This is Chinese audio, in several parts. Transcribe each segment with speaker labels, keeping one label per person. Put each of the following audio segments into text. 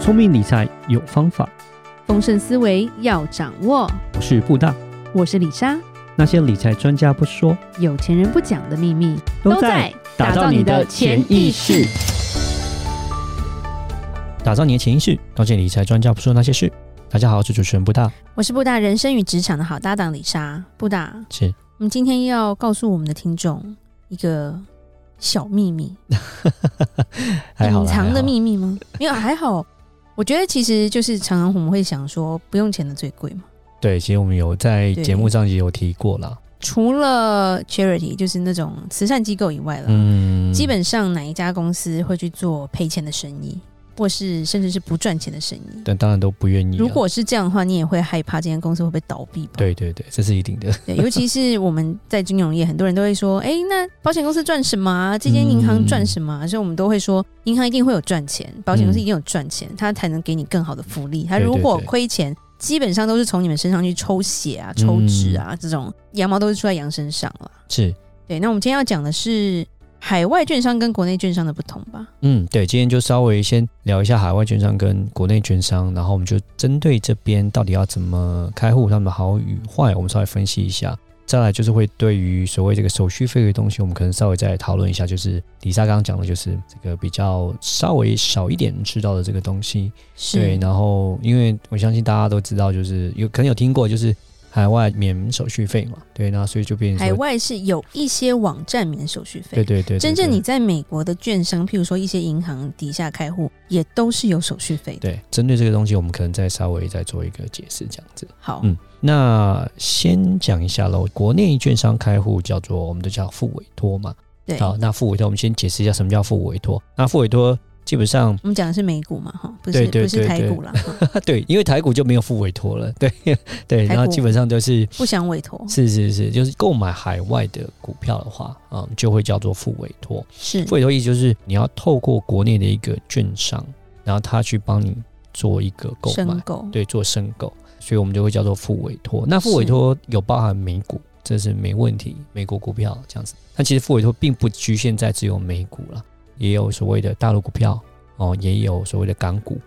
Speaker 1: 聪明理财有方法，
Speaker 2: 丰盛思维要掌握。
Speaker 1: 我是布大。
Speaker 2: 我是李莎，
Speaker 1: 那些理财专家不说，
Speaker 2: 有钱人不讲的秘密
Speaker 1: 打造你的潜意识。，打造你的潜意识，了解理财专家不说那些事。大家好，我是主持人布大，
Speaker 2: 我是布大人生与职场的好搭档李莎。布大，
Speaker 1: 是
Speaker 2: 我们今天要告诉我们的听众一个小秘密，
Speaker 1: 还好
Speaker 2: 隐
Speaker 1: 啦
Speaker 2: 藏
Speaker 1: 还
Speaker 2: 的
Speaker 1: 好
Speaker 2: 秘密吗？没有，还好。我觉得其实就是常常我们会想说，不用钱的最贵嘛。
Speaker 1: 对，其实我们有在
Speaker 2: 对
Speaker 1: 节目上也有提过啦。
Speaker 2: 除了 charity，就是那种慈善机构以外了，
Speaker 1: 嗯，
Speaker 2: 基本上哪一家公司会去做赔钱的生意，或是甚至是不赚钱的生意？
Speaker 1: 但当然都不愿意啊。
Speaker 2: 如果是这样的话，你也会害怕这间公司会不会倒闭吧？
Speaker 1: 对对对，这是一定的。
Speaker 2: 对，尤其是我们在金融业，很多人都会说，哎、那保险公司赚什么啊？这间银行赚什么啊、所以我们都会说，银行一定会有赚钱，保险公司一定有赚钱，它才能给你更好的福利。它
Speaker 1: 嗯对对
Speaker 2: 如果
Speaker 1: 对
Speaker 2: 亏钱，基本上都是从你们身上去抽血啊、
Speaker 1: 嗯
Speaker 2: 抽脂啊、这种羊毛都是出在羊身上了。
Speaker 1: 是，
Speaker 2: 对，那我们今天要讲的是海外券商跟国内券商的不同吧？
Speaker 1: 嗯，对，今天就稍微先聊一下海外券商跟国内券商，然后我们就针对这边到底要怎么开户，他们的好与坏，我们稍微分析一下。再来就是会对于所谓这个手续费的东西，我们可能稍微再讨论一下。就是李莎刚刚讲的，就是这个比较稍微少一点知道的这个东西。
Speaker 2: 是
Speaker 1: 对，然后因为我相信大家都知道，就是有可能有听过，就是海外免手续费嘛。对，那所以就变成
Speaker 2: 海
Speaker 1: 说
Speaker 2: 外是有一些网站免手续费
Speaker 1: 对，对对对
Speaker 2: 真正
Speaker 1: 对
Speaker 2: 你在美国的券商，譬如说一些银行底下开户，也都是有手续费的。
Speaker 1: 对针对这个东西，我们可能再稍微再做一个解释，这样子。
Speaker 2: 好，
Speaker 1: 嗯，那先讲一下喽，国内券商开户叫做我们都叫副委托嘛。
Speaker 2: 对，
Speaker 1: 好，
Speaker 2: 我
Speaker 1: 那副委托我们先解释一下什么叫副委托。那副委托基本上
Speaker 2: 们讲的是美股嘛，哈，不
Speaker 1: 对
Speaker 2: 是
Speaker 1: 对
Speaker 2: 不是
Speaker 1: 对
Speaker 2: 台
Speaker 1: 对
Speaker 2: 股啦，哈
Speaker 1: 对，因为台股就没有副委托了，对 对，
Speaker 2: 台
Speaker 1: 然后
Speaker 2: 股
Speaker 1: 基本上都是
Speaker 2: 不想委托
Speaker 1: 是是是，就是购买海外的股票的话，嗯，就会叫做副委托。
Speaker 2: 是
Speaker 1: 副委托意思就是你要透过国内的一个券商，然后他去帮你做一个购买
Speaker 2: 申，购，
Speaker 1: 对，做申购，所以我们就会叫做副委托。那副委托有包含美股，这是没问题，美国股票这样子。但其实副委托并不局限在只有美股啦，也有所谓的大陆股票哦，也有所谓的港股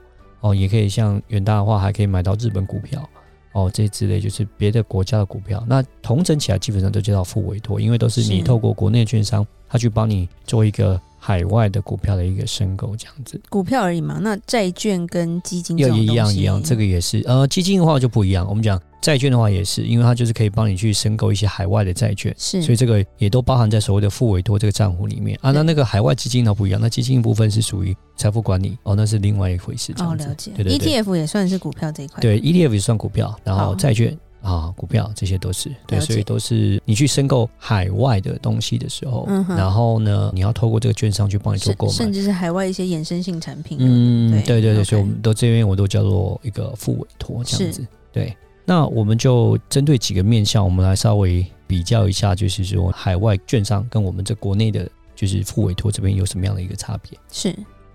Speaker 1: 哦，也可以像远大的话，还可以买到日本股票。哦，这之类就是别的国家的股票，那统整起来基本上都叫副委托，因为都是你
Speaker 2: 是
Speaker 1: 透过国内券商，他去帮你做一个海外的股票的一个申购这样子。
Speaker 2: 股票而已嘛。那债券跟基金这
Speaker 1: 要
Speaker 2: 种
Speaker 1: 一样一样，这
Speaker 2: 个
Speaker 1: 个也是。呃，基金的话就不一样，我们讲债券的话也是，因为它就是可以帮你去申购一些海外的债券，
Speaker 2: 是
Speaker 1: 所以这个也都包含在所谓的副委托这个账户里面啊。那
Speaker 2: 对
Speaker 1: 那个海外基金呢不一样，那基金部分是属于财富管理哦，那是另外一回事，这
Speaker 2: 哦，
Speaker 1: 样子。
Speaker 2: 了解
Speaker 1: 对对对，
Speaker 2: ，ETF 也算是股票这一块，
Speaker 1: 对 ETF 也算股票，然后
Speaker 2: 好
Speaker 1: 债券。啊，股票这些都是对，
Speaker 2: 了解
Speaker 1: 所以都是你去申购海外的东西的时候，
Speaker 2: 嗯哼
Speaker 1: 然后呢，你要透过这个券商去帮你做
Speaker 2: 甚
Speaker 1: 购买，
Speaker 2: 甚至是海外一些衍生性产品，
Speaker 1: 嗯，对对
Speaker 2: 对
Speaker 1: 对，
Speaker 2: ，OK
Speaker 1: 所以我们都这边我都叫做一个副委托这样
Speaker 2: 是
Speaker 1: 子。对，那我们就针对几个面向，我们来稍微比较一下，就是说海外券商跟我们这国内的，就是副委托这边有什么样的一个差别。
Speaker 2: 是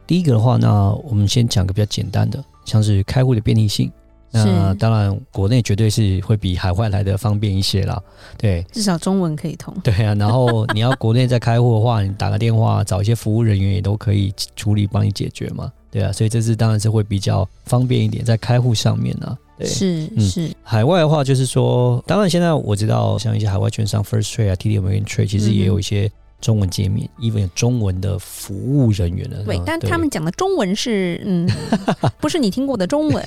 Speaker 1: 第一个的话，那我们先讲个比较简单的，像是开户的便利性。那
Speaker 2: 是，
Speaker 1: 当然，国内绝对是会比海外来的方便一些啦。对，
Speaker 2: 至少中文可以通，
Speaker 1: 对啊，然后你要国内再开户的话，你打个电话找一些服务人员也都可以处理帮你解决嘛。对啊，所以这次当然是会比较方便一点，在开户上面啊。对，
Speaker 2: 是
Speaker 1: 嗯
Speaker 2: 是
Speaker 1: 海外的话就是说，当然现在我知道像一些海外券商 First Trade 啊、TD Ameritrade 其实也
Speaker 2: 嗯
Speaker 1: 有一些中文界面，even 有中文的服务人员的。
Speaker 2: 对
Speaker 1: 嗯，
Speaker 2: 但他们讲的中文是嗯，不是你听过的中文，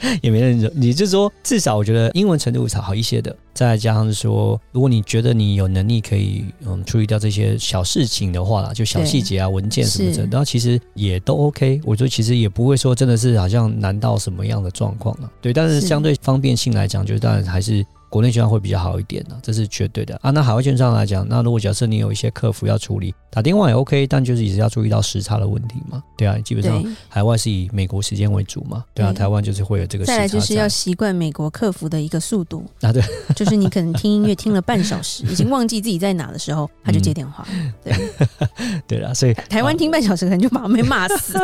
Speaker 1: 也没认真，你就说至少我觉得英文程度好一些的，再加上是说，如果你觉得你有能力可以嗯注意到这些小事情的话啦，就小
Speaker 2: 对
Speaker 1: 细节啊、文件什么
Speaker 2: 是
Speaker 1: 的，然后其实也都 OK。我觉得其实也不会说真的是好像难到什么样的状况啊，对。但是
Speaker 2: 是
Speaker 1: 相对方便性来讲，就是当然还是。国内券商会比较好一点呢、这是绝对的啊。那海外券商来讲，那如果假设你有一些客服要处理，打电话也 OK，但就是也是要注意到时差的问题嘛。对啊，基本上
Speaker 2: 对。
Speaker 1: 海外是以美国时间为主嘛，对啊，
Speaker 2: 对
Speaker 1: 台湾就是会有这个时
Speaker 2: 再
Speaker 1: 差
Speaker 2: 来就是
Speaker 1: 在
Speaker 2: 要习惯美国客服的一个速度，
Speaker 1: 啊，对，
Speaker 2: 就是你可能听音乐听了半小时，已经忘记自己在哪的时候，他就接电话。
Speaker 1: 对啦，所以
Speaker 2: 台湾听半小时可能就把我们骂死。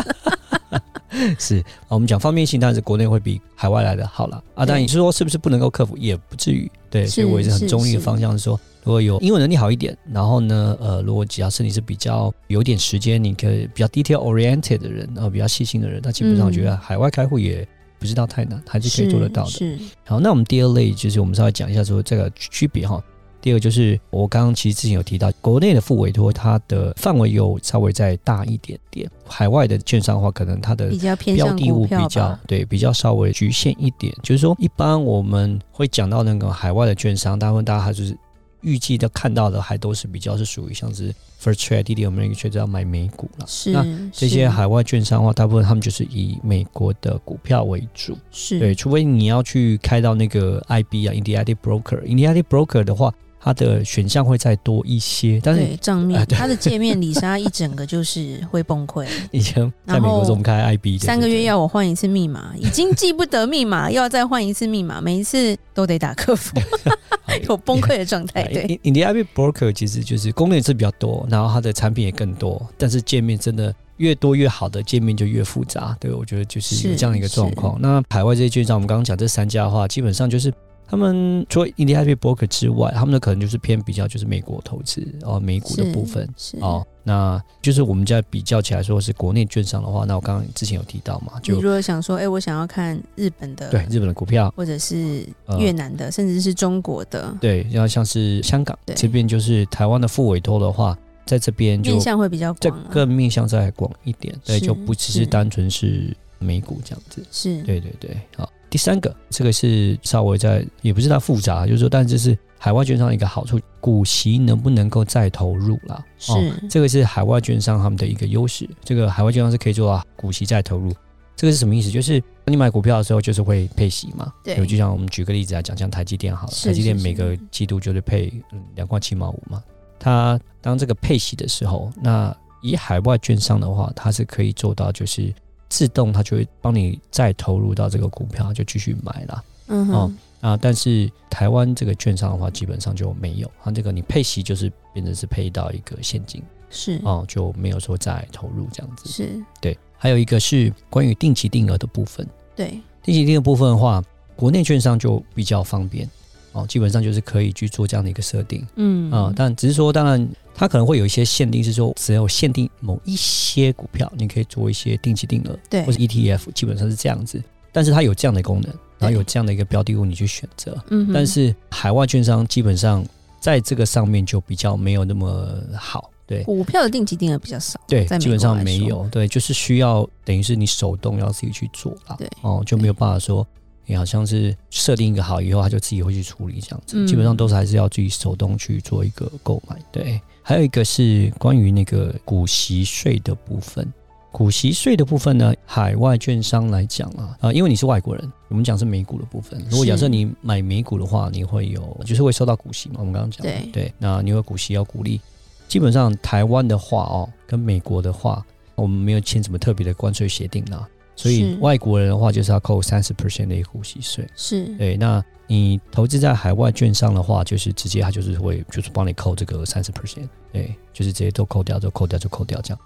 Speaker 1: 是啊，我们讲方便性当然是国内会比海外来的好了啊。但
Speaker 2: 对
Speaker 1: 你是说是不是不能够克服，也不至于。对，所以
Speaker 2: 是
Speaker 1: 我也是很
Speaker 2: 是
Speaker 1: 中立的
Speaker 2: 是
Speaker 1: 方向是说，如果有英文能力好一点，然后呢，呃，如果假设你是比较有点时间，你可以比较 detail oriented 的人，呃，比较细心的人，那基本上我觉得
Speaker 2: 嗯
Speaker 1: 海外开户也不知道太难，还是可以做得到的。
Speaker 2: 是，
Speaker 1: 好，那我们第二类就是我们稍微讲一下说这个区别哈。第二就是我刚刚其实之前有提到，国内的副委托它的范围有稍微再大一点点，海外的券商的话，可能它的
Speaker 2: 比较偏
Speaker 1: 标
Speaker 2: 向
Speaker 1: 的物
Speaker 2: 股
Speaker 1: 比
Speaker 2: 票
Speaker 1: 较
Speaker 2: 吧。
Speaker 1: 对比较稍微局限一点，就是说一般我们会讲到那个海外的券商，大部分大家还就是预计的看到的还都是比较是属于像是 First Trade、DD American Trade 要买美股了。
Speaker 2: 是
Speaker 1: 那这些
Speaker 2: 是
Speaker 1: 海外券商的话，大部分他们就是以美国的股票为主，
Speaker 2: 是
Speaker 1: 对，除非你要去开到那个 IB 啊 i n d i a d Broker、i n d i a d Broker 的话，它的选项会再多一些，但是
Speaker 2: 对账面
Speaker 1: 啊，对
Speaker 2: 它的界面李莎一整个就是会崩溃。
Speaker 1: 以前在
Speaker 2: 然
Speaker 1: 美国
Speaker 2: 后
Speaker 1: 的时候我们开 IB 的
Speaker 2: 三个月。
Speaker 1: 对对对
Speaker 2: 要我换一次 密码，已经记不得密码，又要再换一次密码，每一次都得打客服，
Speaker 1: 好
Speaker 2: 有崩溃的状态。哎对，
Speaker 1: i n d i a b 哎 Broker 其实就是功能是比较多，然后它的产品也更多，但是界面真的越多越好的界面就越复杂。对，我觉得就是有
Speaker 2: 是
Speaker 1: 这样的一个状况。那海外这些券商，我们刚刚讲这三家的话，基本上就是。他们除了 i n d i a b Broker 之外，他们的可能就是偏比较就是美国投资哦，美股的
Speaker 2: 是
Speaker 1: 部分。
Speaker 2: 是
Speaker 1: 哦，那就是我们在比较起来说是国内券商的话，那我刚刚之前有提到嘛，
Speaker 2: 你
Speaker 1: 就
Speaker 2: 如果想说，哎，我想要看日本的，
Speaker 1: 对日本的股票，
Speaker 2: 或者是
Speaker 1: 呃
Speaker 2: 越南的，甚至是中国的，
Speaker 1: 对，然后像是香港
Speaker 2: 对
Speaker 1: 这边就是台湾的副委托的话，在这边就
Speaker 2: 面向会比较
Speaker 1: 这
Speaker 2: 广啊。
Speaker 1: 更面向再广一点，对，
Speaker 2: 是
Speaker 1: 就不只是
Speaker 2: 是
Speaker 1: 单纯是美股这样子。
Speaker 2: 是
Speaker 1: 对对哦对，好，第三个这个是稍微在也不是它复杂，就是说，但这是海外券商的一个好处，股息能不能够再投入啦？
Speaker 2: 是
Speaker 1: 这个是海外券商他们的一个优势，这个海外券商是可以做到股息再投入。这个是什么意思？就是呃你买股票的时候，就是会配息嘛。
Speaker 2: 对
Speaker 1: 就像我们举个例子啊来讲，像台积电好了，
Speaker 2: 是
Speaker 1: 台积电
Speaker 2: 是是
Speaker 1: 每个季度就是配嗯两块七毛五嘛。它当这个配息的时候，那以海外券商的话，它是可以做到就是自动它就会帮你再投入到这个股票，就继续买啦。
Speaker 2: 嗯
Speaker 1: 哦
Speaker 2: 哼，
Speaker 1: 啊，但是台湾这个券商的话，基本上就没有，它这个你配息就是变成是配到一个现金。
Speaker 2: 是
Speaker 1: 哦，就没有说再投入这样子。
Speaker 2: 是，
Speaker 1: 对，还有一个是关于定期定额的部分。
Speaker 2: 对，
Speaker 1: 定期定额部分的话，国内券商就比较方便哦，基本上就是可以去做这样的一个设定
Speaker 2: 嗯
Speaker 1: 啊、但只是说，当然它可能会有一些限定，是说只有限定某一些股票，你可以做一些定期定额
Speaker 2: 对
Speaker 1: 或是 ETF，基本上是这样子。但是它有这样的功能，然后有这样的一个标的物你去选择。
Speaker 2: 嗯哼，
Speaker 1: 但是海外券商基本上在这个上面就比较没有那么好，对。
Speaker 2: 股票的定期定额比较少，
Speaker 1: 对，
Speaker 2: 在美
Speaker 1: 基本
Speaker 2: 国
Speaker 1: 上
Speaker 2: 来
Speaker 1: 没
Speaker 2: 说
Speaker 1: 有，对，就是需要等于是你手动要自己去做啦，
Speaker 2: 对
Speaker 1: 哦，就没有办法说你好像是设定一个好以后，他就自己会去处理这样子，基本上
Speaker 2: 嗯
Speaker 1: 都是还是要自己手动去做一个购买，对。还有一个是关于那个股息税的部分，股息税的部分呢，海外券商来讲啊，啊、因为你是外国人，我们讲是美股的部分。如果假设
Speaker 2: 是
Speaker 1: 你买美股的话，你会有就是会收到股息嘛？我们刚刚讲的
Speaker 2: 对
Speaker 1: 对，那你有股息要股利。基本上台湾的话哦，跟美国的话，我们没有签什么特别的关税协定啦，所以
Speaker 2: 是
Speaker 1: 外国人的话就是要扣三十 percent 的一个股息税。
Speaker 2: 是
Speaker 1: 对，那你投资在海外券商的话，就是直接它就是会就是帮你扣这个三十 percent，对，就是直接都扣掉，就扣掉，就扣掉这样。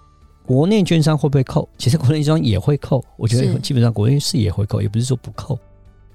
Speaker 1: 国内券商会不会扣？其实国内券商也会扣，我觉得
Speaker 2: 是
Speaker 1: 基本上国内是也会扣，也不是说不扣，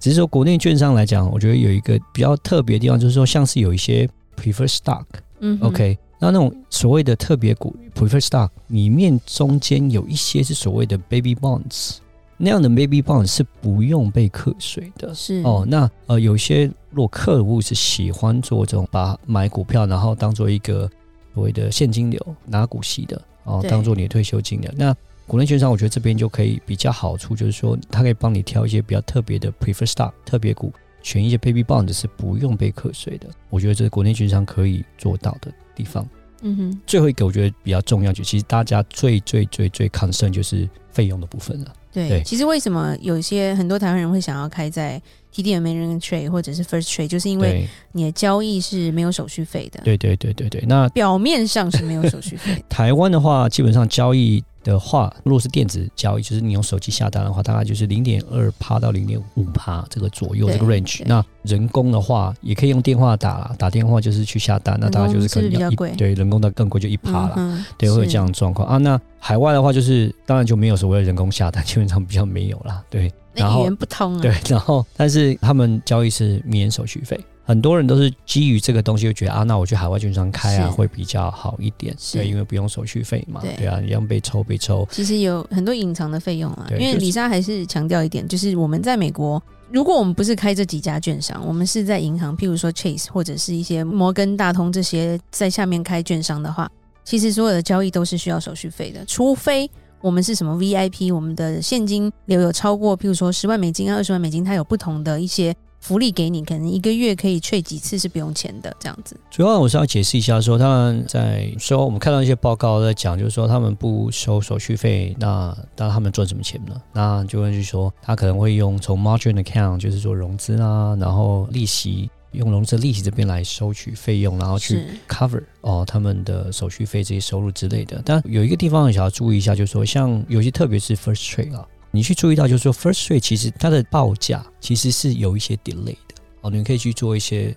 Speaker 1: 只是说国内券商来讲，我觉得有一个比较特别的地方，就是说像是有一些 prefer stock，
Speaker 2: 嗯哼
Speaker 1: OK，那那种所谓的特别股 （preferred stock） 里面中间有一些是所谓的 baby bonds，那样的 baby bonds 是不用被课税的。
Speaker 2: 是
Speaker 1: 哦，那呃，有些如果客户是喜欢做这种把买股票，然后当做一个所谓的现金流拿股息的哦，
Speaker 2: 对
Speaker 1: 当做你的退休金的。那国内券商，我觉得这边就可以比较好处，就是说它可以帮你挑一些比较特别的 prefer stock 特别股，选一些 baby bond 是不用被课税的。我觉得这是国内券商可以做到的地方。
Speaker 2: 嗯哼
Speaker 1: 最后一个我觉得比较重要，就其实大家最最最最 concern 就是费用的部分了。
Speaker 2: 对，
Speaker 1: 对
Speaker 2: 其实为什么有一些很多台湾人会想要开在 TD American Trade 或者是 First Trade，就是因为
Speaker 1: 对
Speaker 2: 你的交易是没有手续费的，
Speaker 1: 对对对对对，那
Speaker 2: 表面上是没有手 续费的，
Speaker 1: 台湾的话，基本上交易的话，如果是电子交易，就是你用手机下单的话，大概就是零点二趴到零点五趴这个左右这个
Speaker 2: 对
Speaker 1: range。
Speaker 2: 对
Speaker 1: 那人工的话，也可以用电话打啦，打电话就是去下单，那大概就是可能
Speaker 2: 人工是不是比
Speaker 1: 要
Speaker 2: 较
Speaker 1: 一
Speaker 2: 贵
Speaker 1: 对人工的更贵，就一趴啦。
Speaker 2: 嗯哼
Speaker 1: 对，会有
Speaker 2: 是
Speaker 1: 这样的状况啊。那海外的话，就是当然就没有所谓的人工下单，基 本上比较没有啦。对，然
Speaker 2: 那语
Speaker 1: 后
Speaker 2: 言不通啊。
Speaker 1: 对，然后但是他们交易是免手续费，很多人都是基于这个东西，就觉得啊，那我去海外券商开啊，
Speaker 2: 是
Speaker 1: 会比较好一点，
Speaker 2: 是
Speaker 1: 对，因为不用手续费嘛，
Speaker 2: 对
Speaker 1: 对啊，一样被抽被抽，
Speaker 2: 其实有很多隐藏的费用啊，
Speaker 1: 对
Speaker 2: 因为
Speaker 1: 就是
Speaker 2: 李莎还是强调一点，就是我们在美国，如果我们不是开这几家券商，我们是在银行，譬如说 Chase 或者是一些摩根大通这些在下面开券商的话，其实所有的交易都是需要手续费的，除非我们是什么 VIP，我们的现金流有超过，譬如说十万美金啊、二十万美金，它有不同的一些福利给你，可能一个月可以 trade 几次是不用钱的，这样子。
Speaker 1: 主要我是要解释一下说，当然在说我们看到一些报告在讲，就是说他们不收手续费，那那他们赚什么钱呢？那就会去说他可能会用从 margin account，就是说融资啊，然后利息，用融资利息这边来收取费用，然后去
Speaker 2: 是
Speaker 1: cover 哦他们的手续费这些收入之类的。但有一个地方想要注意一下，就是说像有些特别是 first trade 啊，你去注意到就是说 first trade 其实它的报价其实是有一些 delay 的哦，你们可以去做一些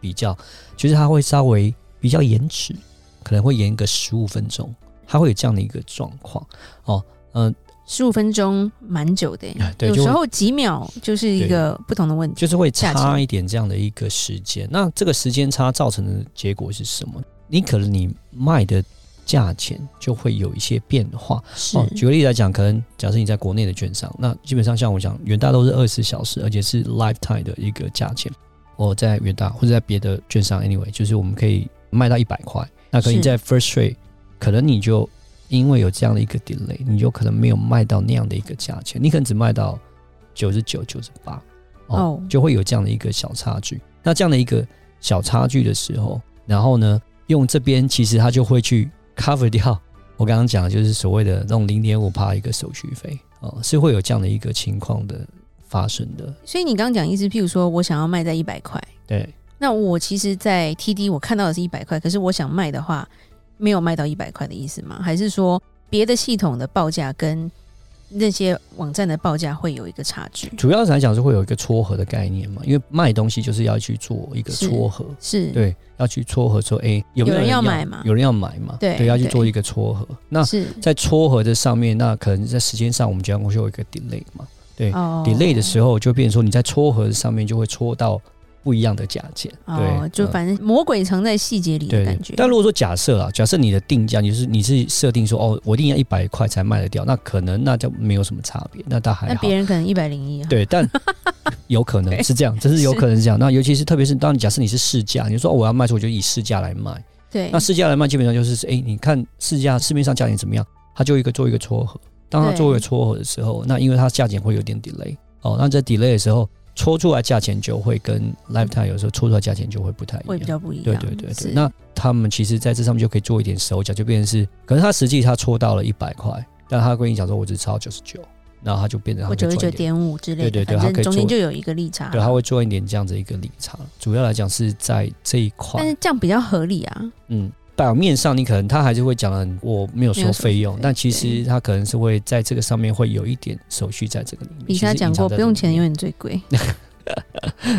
Speaker 1: 比较，就是它会稍微比较延迟，可能会延个十五分钟，它会有这样的一个状况哦，嗯、
Speaker 2: 十五分钟蛮久的耶、
Speaker 1: 啊对，
Speaker 2: 有
Speaker 1: 就
Speaker 2: 时
Speaker 1: 会
Speaker 2: 候几秒就是一个不同的问题。
Speaker 1: 就是会
Speaker 2: 价
Speaker 1: 差
Speaker 2: 钱
Speaker 1: 一点这样的一个时间。那这个时间差造成的结果是什么？你可能你卖的价钱就会有一些变化。
Speaker 2: 是
Speaker 1: 哦举个例来讲，可能假设你在国内的券商，那基本上像我讲，远大都是二十小时，而且是 lifetime 的一个价钱。我在远大或者在别的券商，anyway，就是我们可以卖到一百块。那可能
Speaker 2: 是
Speaker 1: 你在 First Trade，可能你就因为有这样的一个 delay，你就可能没有卖到那样的一个价钱，你可能只卖到九十九、九十八，
Speaker 2: 哦
Speaker 1: 就会有这样的一个小差距。那这样的一个小差距的时候，然后呢，用这边其实它就会去 cover 掉我刚刚讲的就是所谓的那种零点五帕一个手续费哦，是会有这样的一个情况的发生的。
Speaker 2: 所以你刚刚讲意思，譬如说我想要卖在一百块，
Speaker 1: 对，
Speaker 2: 那我其实，在 TD 我看到的是一百块，可是我想卖的话，没有卖到一百块的意思吗？还是说别的系统的报价跟那些网站的报价会有一个差距？
Speaker 1: 主要来讲是会有一个撮合的概念嘛，因为卖东西就是要去做一个
Speaker 2: 是
Speaker 1: 撮合，
Speaker 2: 是，
Speaker 1: 对，要去撮合说，哎、有没有
Speaker 2: 有人
Speaker 1: 人
Speaker 2: 要买嘛
Speaker 1: 有人要买嘛？
Speaker 2: 对
Speaker 1: 要去
Speaker 2: 对
Speaker 1: 做一个撮合。那
Speaker 2: 是
Speaker 1: 在撮合的上面，那可能在时间上，我们讲过就有一个 delay 嘛。
Speaker 2: 哦
Speaker 1: delay 的时候，就变成说你在撮合上面就会撮到不一样的价钱。
Speaker 2: 哦
Speaker 1: 对，，
Speaker 2: 就
Speaker 1: 嗯
Speaker 2: 反正魔鬼藏在细节里的
Speaker 1: 对
Speaker 2: 感觉。
Speaker 1: 但如果说假设啊，假设你的定价你是你是设定说哦，我定要一百块才卖得掉，那可能那就没有什么差别，那倒还
Speaker 2: 那
Speaker 1: 好
Speaker 2: 别。人可能一百零一啊，
Speaker 1: 对， 但有可能
Speaker 2: 对
Speaker 1: 是这样，真是有
Speaker 2: 是
Speaker 1: 可能是这样。那尤其是特别是当你假设你是市价，你就说、哦、我要卖出，我就以市价来卖。
Speaker 2: 对
Speaker 1: 那市价来卖，基本上就是哎、你看市价市面上价钱怎么样，它就一个做一个撮合。当它
Speaker 2: 对
Speaker 1: 做一个撮合的时候，那因为它价钱会有点 delay 哦，那在 delay 的时候，戳出来价钱就会跟 lifetime 有时候戳出来价钱就会不太一
Speaker 2: 会
Speaker 1: 样
Speaker 2: 比。较不一
Speaker 1: 对
Speaker 2: 样。
Speaker 1: 对对对，
Speaker 2: 是
Speaker 1: 那他们其实在这上面就可以做一点手脚，就变成是，可能他实际他戳到了一百块，但他跟你讲说我只超九十九，然后他就变成他
Speaker 2: 或
Speaker 1: 会
Speaker 2: 九
Speaker 1: 赚
Speaker 2: 十
Speaker 1: 一
Speaker 2: 九
Speaker 1: 点，
Speaker 2: 点啊五之类的，
Speaker 1: 对对对它
Speaker 2: 反
Speaker 1: 可以
Speaker 2: 正中间
Speaker 1: 做
Speaker 2: 就有一个利差。
Speaker 1: 对，他会做一点这样子一个理查。主要来讲是在这一块
Speaker 2: 但，是这样比较合理啊。
Speaker 1: 嗯，表面上你可能他还是会讲得很我没有
Speaker 2: 没
Speaker 1: 收
Speaker 2: 有收
Speaker 1: 费用
Speaker 2: 费，
Speaker 1: 但其
Speaker 2: 对
Speaker 1: 实他可能是会在这个上面会有一点手续在这个里面。
Speaker 2: 李莎
Speaker 1: 其实
Speaker 2: 讲
Speaker 1: 隐藏
Speaker 2: 过，
Speaker 1: 在
Speaker 2: 不用
Speaker 1: 这
Speaker 2: 钱
Speaker 1: 里
Speaker 2: 永
Speaker 1: 面
Speaker 2: 远最贵。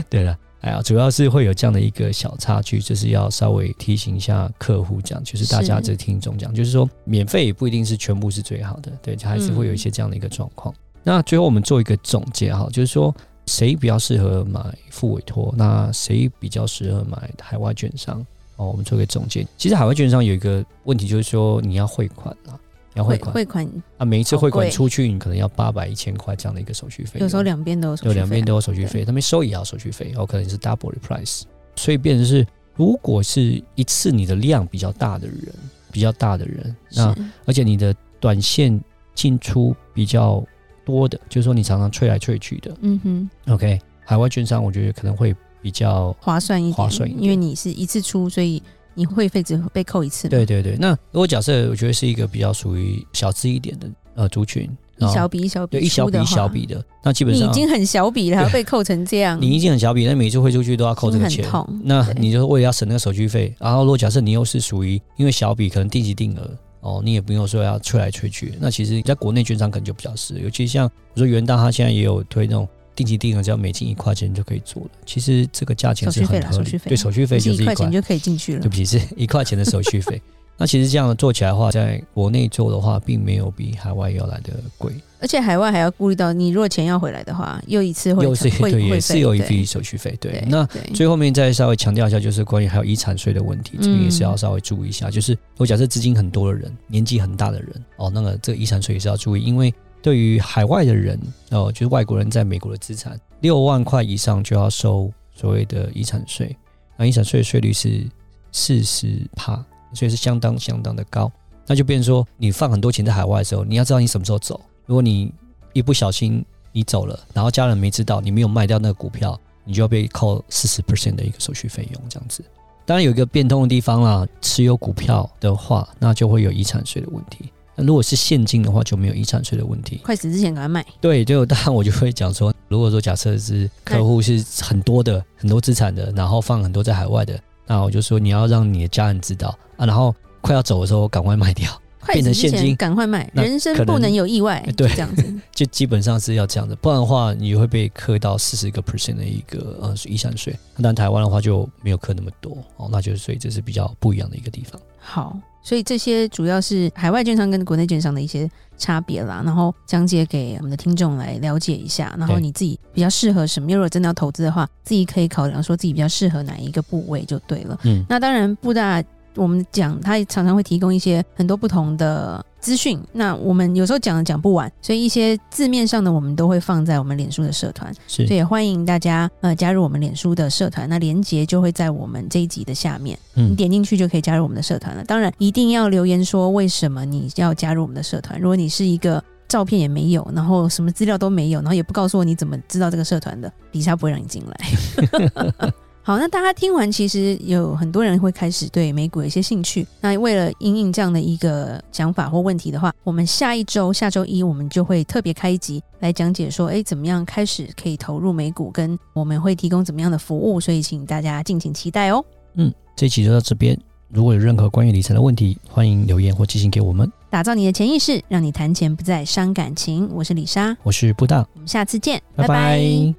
Speaker 1: 对了。哎呀，主要是会有这样的一个小插曲，就是要稍微提醒一下客户讲，就是大家
Speaker 2: 是
Speaker 1: 这听众讲，就是说免费也不一定是全部是最好的，对，还是会有一些这样的一个状况。那最后我们做一个总结哈，就是说谁比较适合买副委托，那谁比较适合买海外券商哦，我们做一个总结。其实海外券商有一个问题，就是说你要汇款啦，你要哦汇
Speaker 2: 汇
Speaker 1: 款
Speaker 2: 汇款
Speaker 1: 啊，每一次
Speaker 2: 好
Speaker 1: 汇款
Speaker 2: 贵
Speaker 1: 出去，你可能要八百一千块这样的一个手续费用，
Speaker 2: 有时候两边都有手续
Speaker 1: 有
Speaker 2: 费，啊
Speaker 1: 两边都有手续
Speaker 2: 对
Speaker 1: 费，他们收也要手续费，哦，可能是 double the price，所以变成是，如果是一次你的量比较大的人，比较大的人，那
Speaker 2: 是
Speaker 1: 而且你的短线进出比较多的，就是说你常常吹来吹去的
Speaker 2: 嗯哼
Speaker 1: ，OK，海外券商我觉得可能会比较，
Speaker 2: 划算一点，
Speaker 1: 划算一点
Speaker 2: 因为你是一次出，所以你会费只被扣一次嘛，
Speaker 1: 对对对。那如果假设我觉得是一个比较属于小资一点的呃族群，
Speaker 2: 一
Speaker 1: 然后
Speaker 2: 小笔一小笔
Speaker 1: 对一小
Speaker 2: 出的
Speaker 1: 笔一小
Speaker 2: 话，
Speaker 1: 笔的，那基本
Speaker 2: 你已
Speaker 1: 上
Speaker 2: 经很小笔了，还要被扣成这样，
Speaker 1: 你已经很小笔，但每一次汇出去都要扣这个
Speaker 2: 嗯心
Speaker 1: 钱
Speaker 2: 很痛，
Speaker 1: 那
Speaker 2: 对
Speaker 1: 你就是为了要省那个手续费。然后，如果假设你又是属于因为小笔可能定期定额哦，你也不用说要吹来吹去。那其实你在国内券商可能就比较适合，尤其像我说元大，它现在也有推那种定期定额，只要每进一块钱就可以做了。其实这个价钱是
Speaker 2: 手续费
Speaker 1: 很
Speaker 2: 啦
Speaker 1: 合
Speaker 2: 手
Speaker 1: 理
Speaker 2: 续，费
Speaker 1: 对手续费
Speaker 2: 嗯你是
Speaker 1: 就是
Speaker 2: 一
Speaker 1: 一
Speaker 2: 块
Speaker 1: 块
Speaker 2: 钱，就可以进去了
Speaker 1: 对不，起是一块钱的手续费。那其实这样做起来的话，在国内做的话，并没有比海外要来的贵，
Speaker 2: 而且海外还要顾虑到，你如果钱要回来的话，又一次会
Speaker 1: 又是
Speaker 2: 会
Speaker 1: 对，也
Speaker 2: 会
Speaker 1: 是有一
Speaker 2: 费
Speaker 1: 笔手续费。对，
Speaker 2: 对。
Speaker 1: 那
Speaker 2: 对
Speaker 1: 最后面再稍微强调一下，就是关于还有遗产税的问题，这边也是要稍微注意一下。就是我假设资金很多的人，年纪很大的人，哦，那个这个遗产税也是要注意，因为对于海外的人，哦，就是外国人在美国的资产六万块以上就要收所谓的遗产税，那遗产税的税率是四十帕，所以是相当相当的高。那就变成说，你放很多钱在海外的时候，你要知道你什么时候走。如果你一不小心你走了，然后家人没知道，你没有卖掉那个股票，你就要被扣四十 percent 的一个手续费用，这样子。当然有一个变通的地方啦，持有股票的话，那就会有遗产税的问题。那如果是现金的话，就没有遗产税的问题。
Speaker 2: 快死之前赶快卖，
Speaker 1: 对，就当然我就会讲说，如果说假设是客户是很多的、很多资产的，然后放很多在海外的，那我就说你要让你的家人知道啊，然后快要走的时候赶快卖掉，
Speaker 2: 快死
Speaker 1: 成
Speaker 2: 之
Speaker 1: 现
Speaker 2: 前
Speaker 1: 金
Speaker 2: 赶快卖，
Speaker 1: 那
Speaker 2: 人生
Speaker 1: 可
Speaker 2: 不
Speaker 1: 能
Speaker 2: 能有意外，
Speaker 1: 对
Speaker 2: 就这样子。
Speaker 1: 就基本上是要这样的，不然的话你会被课到四十个 percent 的一个呃遗产税。那但台湾的话就没有课那么多哦，那就是所以这是比较不一样的一个地方。
Speaker 2: 好，所以这些主要是海外券商跟国内券商的一些差别啦，然后讲解给我们的听众来了解一下，然后
Speaker 1: 对
Speaker 2: 你自己比较适合什么？因为如果真的要投资的话，自己可以考量说自己比较适合哪一个部位就对了。
Speaker 1: 嗯，
Speaker 2: 那当然，布大我们讲，他也常常会提供一些很多不同的资讯。那我们有时候讲的讲不完，所以一些字面上的我们都会放在我们脸书的社团，
Speaker 1: 是
Speaker 2: 所以也欢迎大家呃加入我们脸书的社团。那连接就会在我们这一集的下面。你
Speaker 1: 嗯
Speaker 2: 点进去就可以加入我们的社团了。当然，一定要留言说为什么你要加入我们的社团。如果你是一个照片也没有，然后什么资料都没有，然后也不告诉我你怎么知道这个社团的，底下不会让你进来。 好，那大家听完，其实有很多人会开始对美股有一些兴趣。那为了应应这样的一个想法或问题的话，我们下一周下周一我们就会特别开一集来讲解说，哎诶，怎么样开始可以投入美股，跟我们会提供怎么样的服务，所以请大家敬请期待哦。
Speaker 1: 嗯，这期就到这边。如果有任何关于理财的问题，欢迎留言或寄信给我们。
Speaker 2: 打造你的潜意识，让你谈钱不再伤感情。我是李莎，
Speaker 1: 我是布大，
Speaker 2: 我们下次见，
Speaker 1: 拜拜